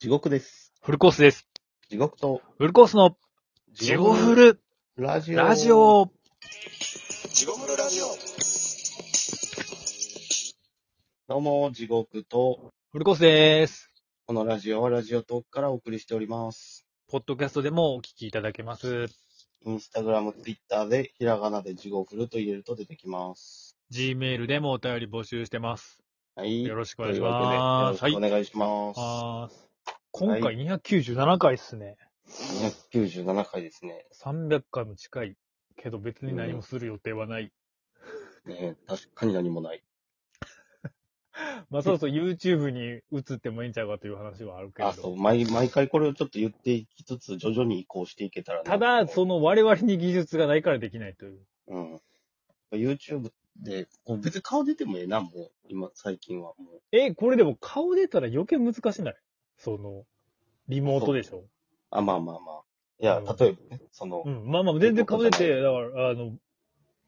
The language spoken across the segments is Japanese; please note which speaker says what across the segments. Speaker 1: 地獄です。
Speaker 2: フルコースです。
Speaker 1: 地獄と、
Speaker 2: フルコースのジゴフル
Speaker 1: ラジオ。
Speaker 2: ラジ。オ。
Speaker 1: どうも、地獄と、
Speaker 2: フルコースです。
Speaker 1: このラジオはラジオトークからお送りしております。
Speaker 2: ポッドキャストでもお聞きいただけます。
Speaker 1: インスタグラム、ツイッターで、ひらがなで地獄ると入れると出てきます。
Speaker 2: Gmail でもお便り募集してます。
Speaker 1: はい。
Speaker 2: よろしくお願いし
Speaker 1: ま
Speaker 2: ます。
Speaker 1: す。よろしくお願いします。
Speaker 2: はい。今回297回っすね。
Speaker 1: 297回ですね。
Speaker 2: 300回も近い。けど別に何もする予定はない。
Speaker 1: ね確かに何もない。
Speaker 2: まあそうそう YouTube に移ってもいいんちゃうかという話はあるけれ
Speaker 1: あ、そ
Speaker 2: ど。
Speaker 1: う、毎、毎回これをちょっと言っていきつつ、徐々に移行していけたらな
Speaker 2: ただ、その我々に技術がないからできないという。
Speaker 1: うん。YouTube で、こう別に顔出てもええな、もう、今、最近は。もう
Speaker 2: え、これでも顔出たら余計難しないその、リモートでしょ
Speaker 1: あ、まあまあまあ。いや、
Speaker 2: うん
Speaker 1: 例えばね、その、
Speaker 2: うん、まあまあ、全然顔出て、だから、あの、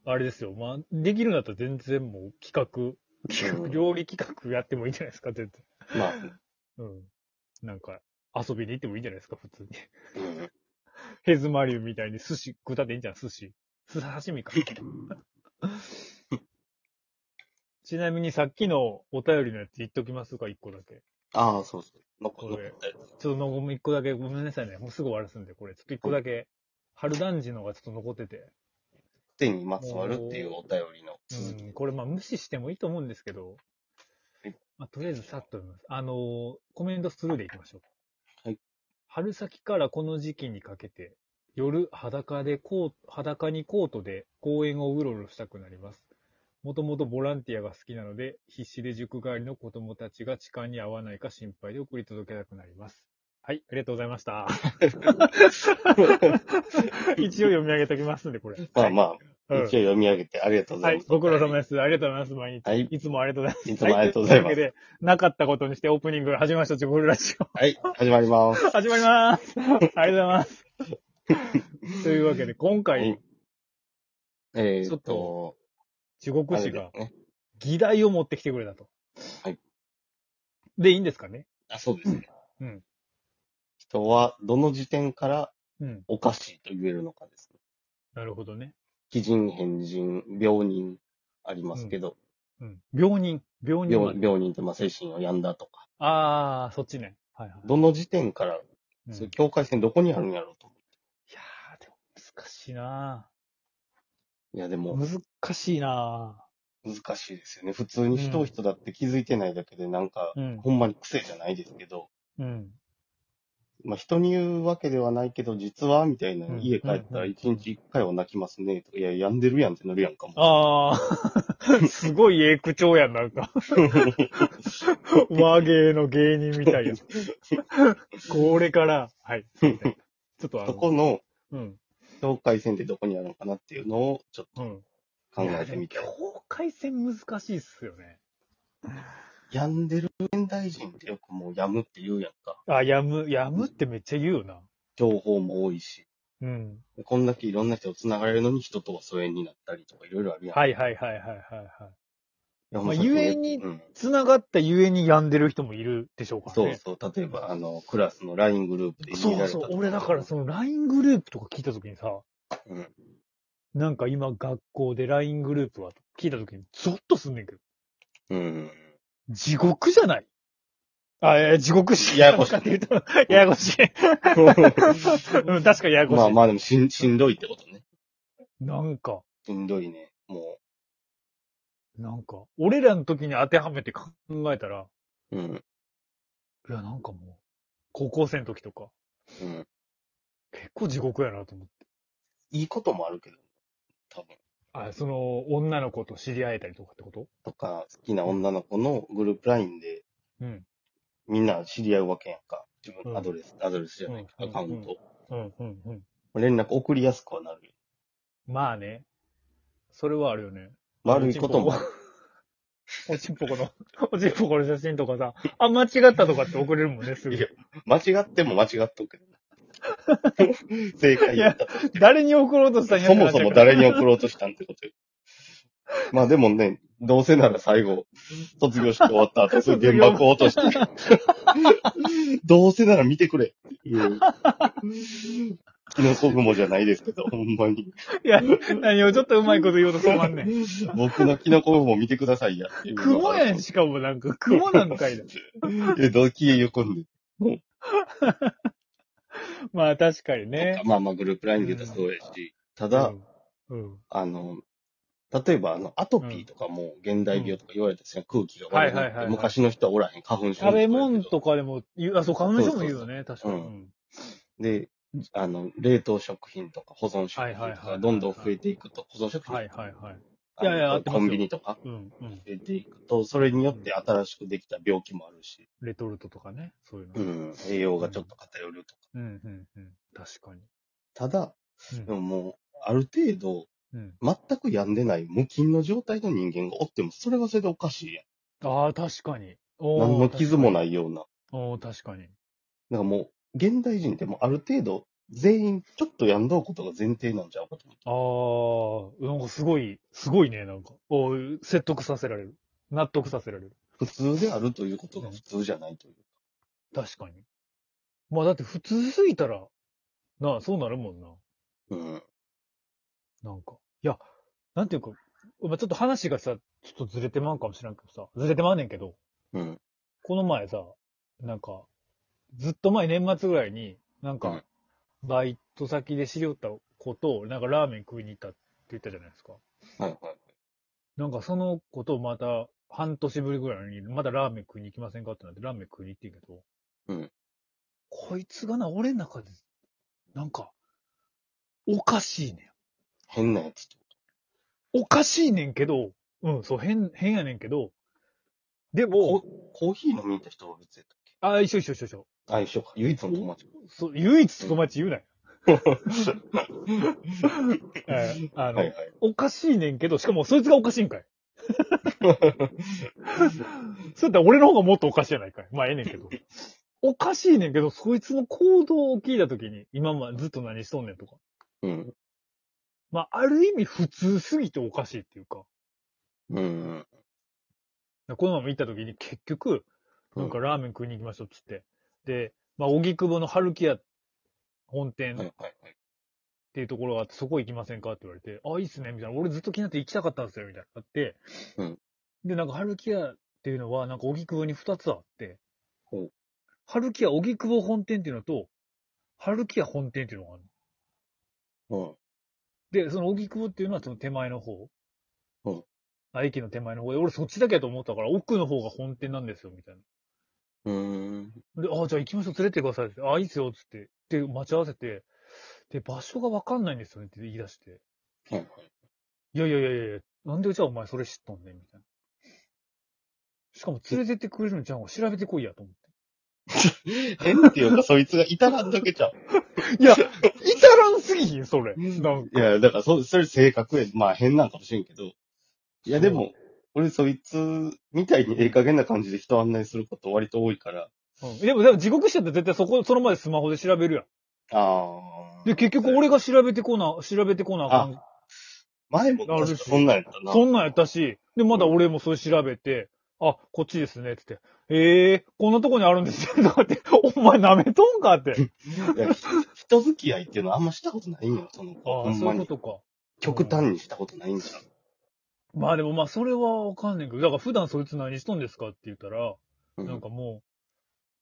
Speaker 2: あれですよ。まあ、できるんだったら全然もう企画、企
Speaker 1: う
Speaker 2: 画、
Speaker 1: ん
Speaker 2: 料理企画やってもいいんじゃないですか、全然。
Speaker 1: まあ、
Speaker 2: うん。なんか、遊びに行ってもいいんじゃないですか、普通に。
Speaker 1: うん
Speaker 2: ヘズマリュウみたいに寿司食ったっていいんじゃん、寿司。寿司刺身か。 ちなみにさっきのお便りのやつ言っときますか、一個だけ。
Speaker 1: ああ、そうそう。残
Speaker 2: こ
Speaker 1: 残
Speaker 2: れ
Speaker 1: ったやつ。
Speaker 2: ちょっとのごめん一個だけ、ごめんなさいね。もうすぐ終わらすんで、これ。ちょっと一個だけ、春団児のがちょっと残ってて。
Speaker 1: 手にまつわるっていうお便りの続き。
Speaker 2: うん、これまあ無視してもいいと思うんですけど
Speaker 1: はい、
Speaker 2: まあ、とりあえずさっと読みます。あのーコメントスルーでいきましょう。
Speaker 1: はい
Speaker 2: 春先からこの時期にかけて、夜裸でコー裸にコートで公園をうろうろしたくなります。もともとボランティアが好きなので、必死で塾帰りの子供たちが痴漢に合わないか心配で送り届けたくなります。はい、ありがとうございま した。一応読み上げておきますんで、これ。
Speaker 1: まあまあ、
Speaker 2: うん
Speaker 1: 一応読み上げてありがとうござ
Speaker 2: は
Speaker 1: い
Speaker 2: い
Speaker 1: ま、す。
Speaker 2: ご苦労様です。ありがとうございます。毎日。
Speaker 1: はい。
Speaker 2: いつもありがとうございます。
Speaker 1: いつもありがとうございます
Speaker 2: はというわけで、なかったことにしてオープニング始めました。チョコレラジオ。
Speaker 1: はい。始まり ます。
Speaker 2: 始まります。ありがとうございます。というわけで、今
Speaker 1: はい
Speaker 2: 回、
Speaker 1: え
Speaker 2: ち
Speaker 1: ー
Speaker 2: ょ
Speaker 1: っと
Speaker 2: っと、中国
Speaker 1: あれ
Speaker 2: 市
Speaker 1: で
Speaker 2: が
Speaker 1: ね。
Speaker 2: 議題を持ってきてくれたと。
Speaker 1: はい。
Speaker 2: で、いいんですかね
Speaker 1: あ、そうですね。
Speaker 2: うん。
Speaker 1: 人は、どの時点から
Speaker 2: うん。
Speaker 1: おかしいと言えるのかですね。
Speaker 2: なるほどね。
Speaker 1: 奇人、変人、病人ありますけど、
Speaker 2: うん。病人。病人ま
Speaker 1: 病
Speaker 2: で。
Speaker 1: 病人ってまあ精神を病んだとか、
Speaker 2: あー、そっちね。はいはい。
Speaker 1: どの時点から、
Speaker 2: うん
Speaker 1: そういう境界線どこにあるんやろうと。
Speaker 2: いやー、でも難しいない
Speaker 1: や、でも、
Speaker 2: ー難しいな
Speaker 1: 難しいですよね。普通に人を人だって気づいてないだけで、なんか、
Speaker 2: ーうん。
Speaker 1: ほんまに癖じゃないですけど、
Speaker 2: うん。
Speaker 1: まあ人に言うわけではないけど、実は、みたいな
Speaker 2: う、ん
Speaker 1: 家帰ったら
Speaker 2: うん
Speaker 1: 一日一回は泣きますね、とか、いや、病んでるやんってなるやんかも。
Speaker 2: ああ、 すごい英口調やん、なんか。和芸の芸人みたいやん。これから、はい。すいませんちょっとあ
Speaker 1: そ
Speaker 2: の、
Speaker 1: この
Speaker 2: うん、
Speaker 1: 境界線ってどこにあるのかなっていうのを、ちょっ
Speaker 2: うん。
Speaker 1: と考えてみて
Speaker 2: いや。でも境界線難しいっすよね。
Speaker 1: 病んでる現代人ってよくもう病むって言うやんか。
Speaker 2: あ、やむ、やむってめっちゃ言うよな。
Speaker 1: 情報も多いし。
Speaker 2: うん。
Speaker 1: こんだけいろんな人と繋がれるのに人とは疎遠になったりとかいろいろあるやん。
Speaker 2: はいはいはいはいはいはい。
Speaker 1: いやもう
Speaker 2: まあ
Speaker 1: さっきも言っ
Speaker 2: 故に
Speaker 1: うん
Speaker 2: 繋がったゆえに病んでる人もいるでしょうから
Speaker 1: そう
Speaker 2: ね。
Speaker 1: そう。例えば、あの、クラスの LINE グループでいじられた
Speaker 2: そう
Speaker 1: と
Speaker 2: そう。俺だからその LINE グループとか聞いたときにさ、
Speaker 1: うん
Speaker 2: なんか今学校で LINE グループはと聞いたときにゾッとすんねんけど。
Speaker 1: うん。
Speaker 2: 地獄じゃないあ、いや、地獄し
Speaker 1: ややこしい
Speaker 2: かっていうと、 ややこしい。うん、確かにややこしい。
Speaker 1: まあまあでもしん、しんどいってことね。
Speaker 2: なんか、
Speaker 1: しんどいね。も
Speaker 2: なんか、俺らの時に当てはめて考えたら、
Speaker 1: う。うん。
Speaker 2: いや、なんかもう、高校生の時とか、
Speaker 1: うん。
Speaker 2: 結構地獄やなと思って。
Speaker 1: いいこともあるけど、多分。
Speaker 2: あ、その、女の子と知り合えたりとかってこと
Speaker 1: とか、好きな女の子のグループ LINE で、
Speaker 2: うん。
Speaker 1: みんな知り合うわけやんか。自分
Speaker 2: うん
Speaker 1: のアドレス、アドレスじゃないか、
Speaker 2: うん
Speaker 1: アカウント。
Speaker 2: うん、うん、うん。
Speaker 1: 連絡送りやすくはなるよ。
Speaker 2: まあね。それはあるよね。
Speaker 1: 悪いことも。
Speaker 2: おちんぽこの、 おちんぽこの写真とかさ、あ、間違ったとかって送れるもんね、すぐ
Speaker 1: いや。間違っても間違っとくけどな。 正解やったとして
Speaker 2: 誰に送ろうとしたんや
Speaker 1: そもそも誰に送ろうとしたんってことよ。まあでもね、どうせなら最後、卒業式終わった 後、すぐ原爆を落として、どうせなら見てくれっていう。キノコ雲じゃないですけど、ほんまに。
Speaker 2: いや、何をちょっとうまいこと言おうと止まんねん。
Speaker 1: 僕のキノコ雲見てくださいやっていうの
Speaker 2: 雲
Speaker 1: が。
Speaker 2: やん、しかもなんか、雲なんかいな。
Speaker 1: え、ドキエ横に。
Speaker 2: まあ確かにね。
Speaker 1: まあまあグループラインで言うとそうやし。た
Speaker 2: う
Speaker 1: だ、
Speaker 2: ん。うん。
Speaker 1: あの、例えば、あの、アトピーとかも現代病とか言われたりする空気が悪く
Speaker 2: はいはい
Speaker 1: なっ
Speaker 2: はい
Speaker 1: て、
Speaker 2: はい
Speaker 1: 昔の人はおらへん、花粉症の人や
Speaker 2: 食べ
Speaker 1: けど
Speaker 2: 物とかでも言う、あ、そう、花粉症も言うよね、確か
Speaker 1: う
Speaker 2: に。
Speaker 1: んで、あの、冷凍食品とか保存食品
Speaker 2: はいはい
Speaker 1: と
Speaker 2: はいは
Speaker 1: か、
Speaker 2: い
Speaker 1: どんどん増えていくと、保存食
Speaker 2: うん
Speaker 1: 品、
Speaker 2: はいはいはい。
Speaker 1: あの
Speaker 2: いやいや合ってます
Speaker 1: コ
Speaker 2: よ
Speaker 1: ンビニとか
Speaker 2: うんうん。
Speaker 1: 増えていくと、それによって新しくできた病気もあるし、
Speaker 2: レトルトとかね、そういうの。
Speaker 1: うん、栄養がちょっと偏るとか。
Speaker 2: うんうんうん。確かに。
Speaker 1: ただ、で
Speaker 2: うん
Speaker 1: ももう、ある程度、
Speaker 2: うん。
Speaker 1: 全く病んでない無菌の状態の人間がおっても、それはそれでおかしいやん。
Speaker 2: ああ、確かに。
Speaker 1: 何の傷も
Speaker 2: い。
Speaker 1: ないような。
Speaker 2: おー確かに。
Speaker 1: だからもう、現代人ってもうある程度、全員ちょっと病んどうことが前提なんちゃうかと思
Speaker 2: ああ、なんかすごい、すごいね、なんか。おー説得させられる。納得させられる。
Speaker 1: う。普通であるということが普通じゃないという。
Speaker 2: 確かに。まあだって普通すぎたら、なあ、そうなるもんな。
Speaker 1: うん。
Speaker 2: なんか。いや、なんていうか、まあちょっと話がさ、ちょっとずれてまうかもしれんけどさ、ずれてまうねんけど、
Speaker 1: うん。
Speaker 2: この前さ、なんか、ずっと前年末ぐらいに、なん
Speaker 1: う
Speaker 2: か
Speaker 1: ん、
Speaker 2: バイト先で知り合った子と、なんかラーメン食いに行ったって言ったじゃないですか。
Speaker 1: はいはい。
Speaker 2: なんかその子とまた半年ぶりぐらいに、まだラーメン食いに行きませんかってなってラーメン食いに行ってんけど、
Speaker 1: うん
Speaker 2: こいつがな、俺の中で、なんか、おかしいねん。
Speaker 1: 変なやつと。
Speaker 2: おかしいねんけど、うん、そう、変、変やねんけど、でも
Speaker 1: コ、コーヒー飲みに行った人は別やったっけ
Speaker 2: あ、一緒一緒一緒一緒。
Speaker 1: あ、一緒か。唯一の友達か。
Speaker 2: そう、唯一友達 言うなよ。えーあの、
Speaker 1: はいはい。
Speaker 2: おかしいねんけど、しかもそいつがおかしいんかい。それだったら俺の方がもっとおかしいやないかい。まあええねんけど。おかしいねんけど、そいつの行動を聞いたときに、今までずっと何しとんねんとか。
Speaker 1: うん。
Speaker 2: まあある意味普通すぎておかしいっていうか。
Speaker 1: うん。
Speaker 2: このまま行った時に結局、なんかラーメン食いに行きましょうっつって。で、まあ、荻窪の春木屋本店
Speaker 1: はい
Speaker 2: っ
Speaker 1: はい
Speaker 2: ていうところがあって、そこ行きませんかって言われて、あ、いいっすね、みたいな。俺ずっと気になって行きたかったんですよ、みたいな。あって、
Speaker 1: うん
Speaker 2: で、なんか春木屋っていうのは、なんか荻窪に2つあって
Speaker 1: ほう、
Speaker 2: 春木屋荻窪本店っていうのと、春木屋本店っていうのがある
Speaker 1: はい。
Speaker 2: の。で、その荻窪っていうのはその手前の方。
Speaker 1: うん
Speaker 2: あ駅の手前の方で、俺そっちだけやと思ったから、奥の方が本店なんですよ、みたいな。
Speaker 1: うん。う
Speaker 2: で、あ、じゃあ行きましょう、連れてってくださいって。あ、いいっすよ、つって。で、待ち合わせて。で、場所がわかんないんですよねって言い出して。
Speaker 1: ーん。はい
Speaker 2: いやいやいやいや、なんでじゃあお前それ知っとんねん、みたいな。しかも連れてってくれるんちゃうん調べてこいや、と思っ
Speaker 1: はい。変っていうか、そいつがいたらんだけちゃう。
Speaker 2: て。いや、至らんすぎひん、それ。なん
Speaker 1: いや、だから、そ、それ性格や。まあ変なんかもしれんけど。いや、でも、俺そいつみたいにええ加減な感じで人案内すること割と多いから。
Speaker 2: うん、でも、でも地獄しちゃったら絶対そこ、その前でスマホで調べるやん。
Speaker 1: ああ。
Speaker 2: で、結局、俺が調べてこな、調べてこなあかん。
Speaker 1: 前も確かそんなんやったな。
Speaker 2: そんなんやったし、で、まだ俺もそれ調べて、あ、こっちですね、つって。ええー、こんなとこにあるんですよ、とかって。 お前舐めとんかって。
Speaker 1: いやひ人付き合いっていうのはあんましたことないんよ、その子。
Speaker 2: あ
Speaker 1: ほ
Speaker 2: あ、
Speaker 1: ん
Speaker 2: そう
Speaker 1: ま
Speaker 2: いう
Speaker 1: に。
Speaker 2: ことか。
Speaker 1: 極端にしたことないんじゃん。
Speaker 2: まあでもまあそれはわかんないけど、だから普段そいつ何しとんですかって言ったら、
Speaker 1: うん
Speaker 2: なんかも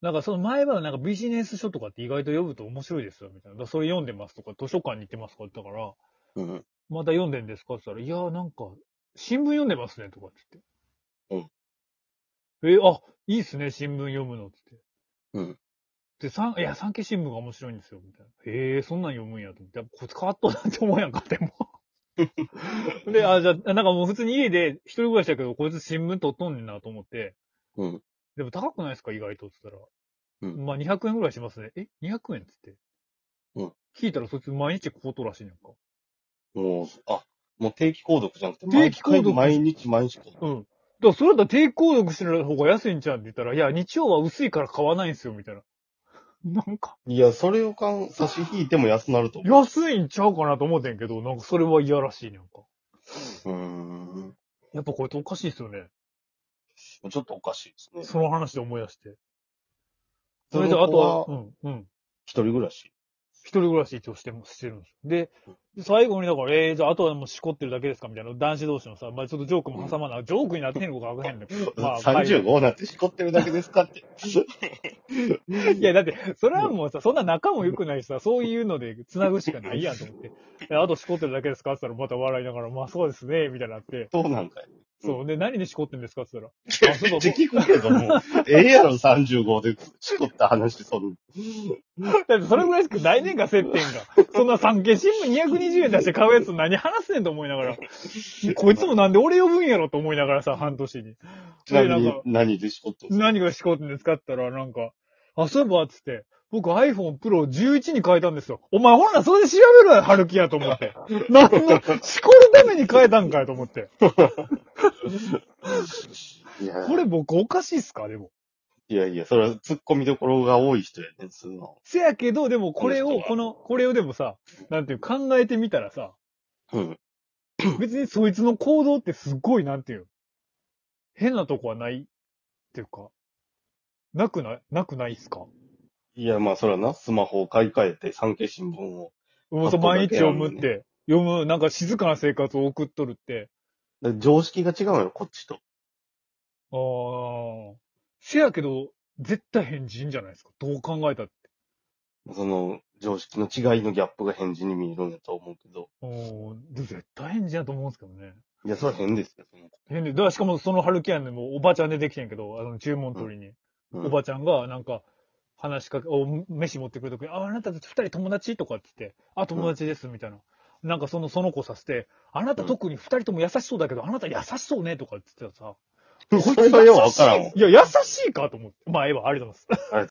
Speaker 2: う、なんかその前はなんかビジネス書とかって意外と読むと面白いですよ、みたいな。だからそれ読んでますとか、図書館に行ってますとか言ったから、
Speaker 1: うん。
Speaker 2: また読んでんですかって言ったら、いやーなんか、新聞読んでますね、とかって言って。うん。えーあ、いいっすね、新聞読むのって言って。
Speaker 1: うん。
Speaker 2: で、産、いや、産経新聞が面白いんですよ、みたいな。へえ、そんなん読むんやと思って、やっぱこいつ変わっとんなって思うやんか、でも。 で、あ、じゃあ、なんかもう普通に家で一人暮らしだけど、こいつ新聞取っとんねんなと思って、
Speaker 1: うん。
Speaker 2: でも高くないですか、意外と、つったら。
Speaker 1: うん
Speaker 2: まあ200円ぐらいしますね。え ?200 円っつって。
Speaker 1: うん。
Speaker 2: 聞いたらそいつ毎日こうとらしいねんか。
Speaker 1: もう、あ、もう定期購読じゃなくて、
Speaker 2: 定期購読
Speaker 1: 毎日毎日購読。
Speaker 2: うん。だからそれだったら低購読してる方が安いんちゃうんって言ったら、いや、日曜は薄いから買わないんすよ、みたいな。なんか、
Speaker 1: いや、それをかん差し引いても安なると思う。
Speaker 2: 安いんちゃうかなと思ってんけど、なんかそれはいやらしいねんか。
Speaker 1: うーん。
Speaker 2: やっぱこれっておかしいですよね。
Speaker 1: ちょっとおかしいですね。
Speaker 2: その話で思い出して。それで、あとは、
Speaker 1: は、
Speaker 2: うん、うん。
Speaker 1: 一人暮らし。、
Speaker 2: 一人暮らし一応してもしてるんですよ。で、最後にだから、えー、じゃあ、あとはもうしこってるだけですかみたいな、男子同士のさ、まあちょっとジョークも挟まない、ジョークになってんのかわかんないんだ けどまあ、
Speaker 1: 35になってしこってるだけですかって。
Speaker 2: いや、だって、それはもうさ、そんな仲も良くないしさ、そういうので繋ぐしかないやんと思って。えあとしこってるだけですかって言ったら、また笑いながら、まあそうですね、みたいになって。
Speaker 1: どうなんかい。
Speaker 2: そう。で、何でしこってんですかって言ったら、 あそう
Speaker 1: めっちゃ聞くけども、ええやろ、35でしこった話そる。
Speaker 2: だってそれぐらいしかないねんか、接点が。そんな産経新聞220円出して買うやつ何話すねんと思いながら。こいつもなんで俺呼ぶんやろと思いながらさ、半年に。
Speaker 1: ちなみ
Speaker 2: で
Speaker 1: に、何でしこったんですか
Speaker 2: 何がしこってんですかって言ったら、なんか、あ、そういえば、つって、僕 iPhone Pro 11に変えたんですよ。お前ほんならそれで調べろよ、春樹やと思って。なんも、しこるために変えたんかいと思って。
Speaker 1: いや
Speaker 2: これ僕おかしいっすか、でも。
Speaker 1: いやいや、それは突っ込みどころが多い人やね、その。
Speaker 2: せやけど、でもこれ
Speaker 1: この人
Speaker 2: を、
Speaker 1: は
Speaker 2: この、これをでもさ、なんていう、考えてみたらさ、
Speaker 1: うん。
Speaker 2: 別にそいつの行動ってすっごい、なんていう、変なとこはないっていうか、なくない、なくないっすか
Speaker 1: いや、まあ、それはな、スマホを買い替えて、産経新聞を。
Speaker 2: うんそう毎日読むって、読む、なんか静かな生活を送っとるって。
Speaker 1: だから常識が違うのよ、こっちと。
Speaker 2: ああ。せやけど、絶対変人じゃないですか。どう考えたって。
Speaker 1: その、常識の違いのギャップが返事に見えるんやと思うけど。
Speaker 2: うんで絶対変人やと思うんですけどね。
Speaker 1: いや、それは変ですよ、その子。
Speaker 2: 変で、だからしかもその春キアンでもおばちゃん出てきてんけど、あの、注文取りに。
Speaker 1: うん
Speaker 2: おばちゃんが、なんか、話しかけ、お、飯持ってくるときに、あ、あなたたち二人友達とかって言って、あ、友達です、みたいな。なんかその、その子させて、あなた特に二人とも優しそうだけど、あなた優しそうね、とかって言ってたらさ、
Speaker 1: それはようわからんわ。
Speaker 2: いや、優しいかと思って。まあ、ええわ、ありがとうございます。
Speaker 1: あれ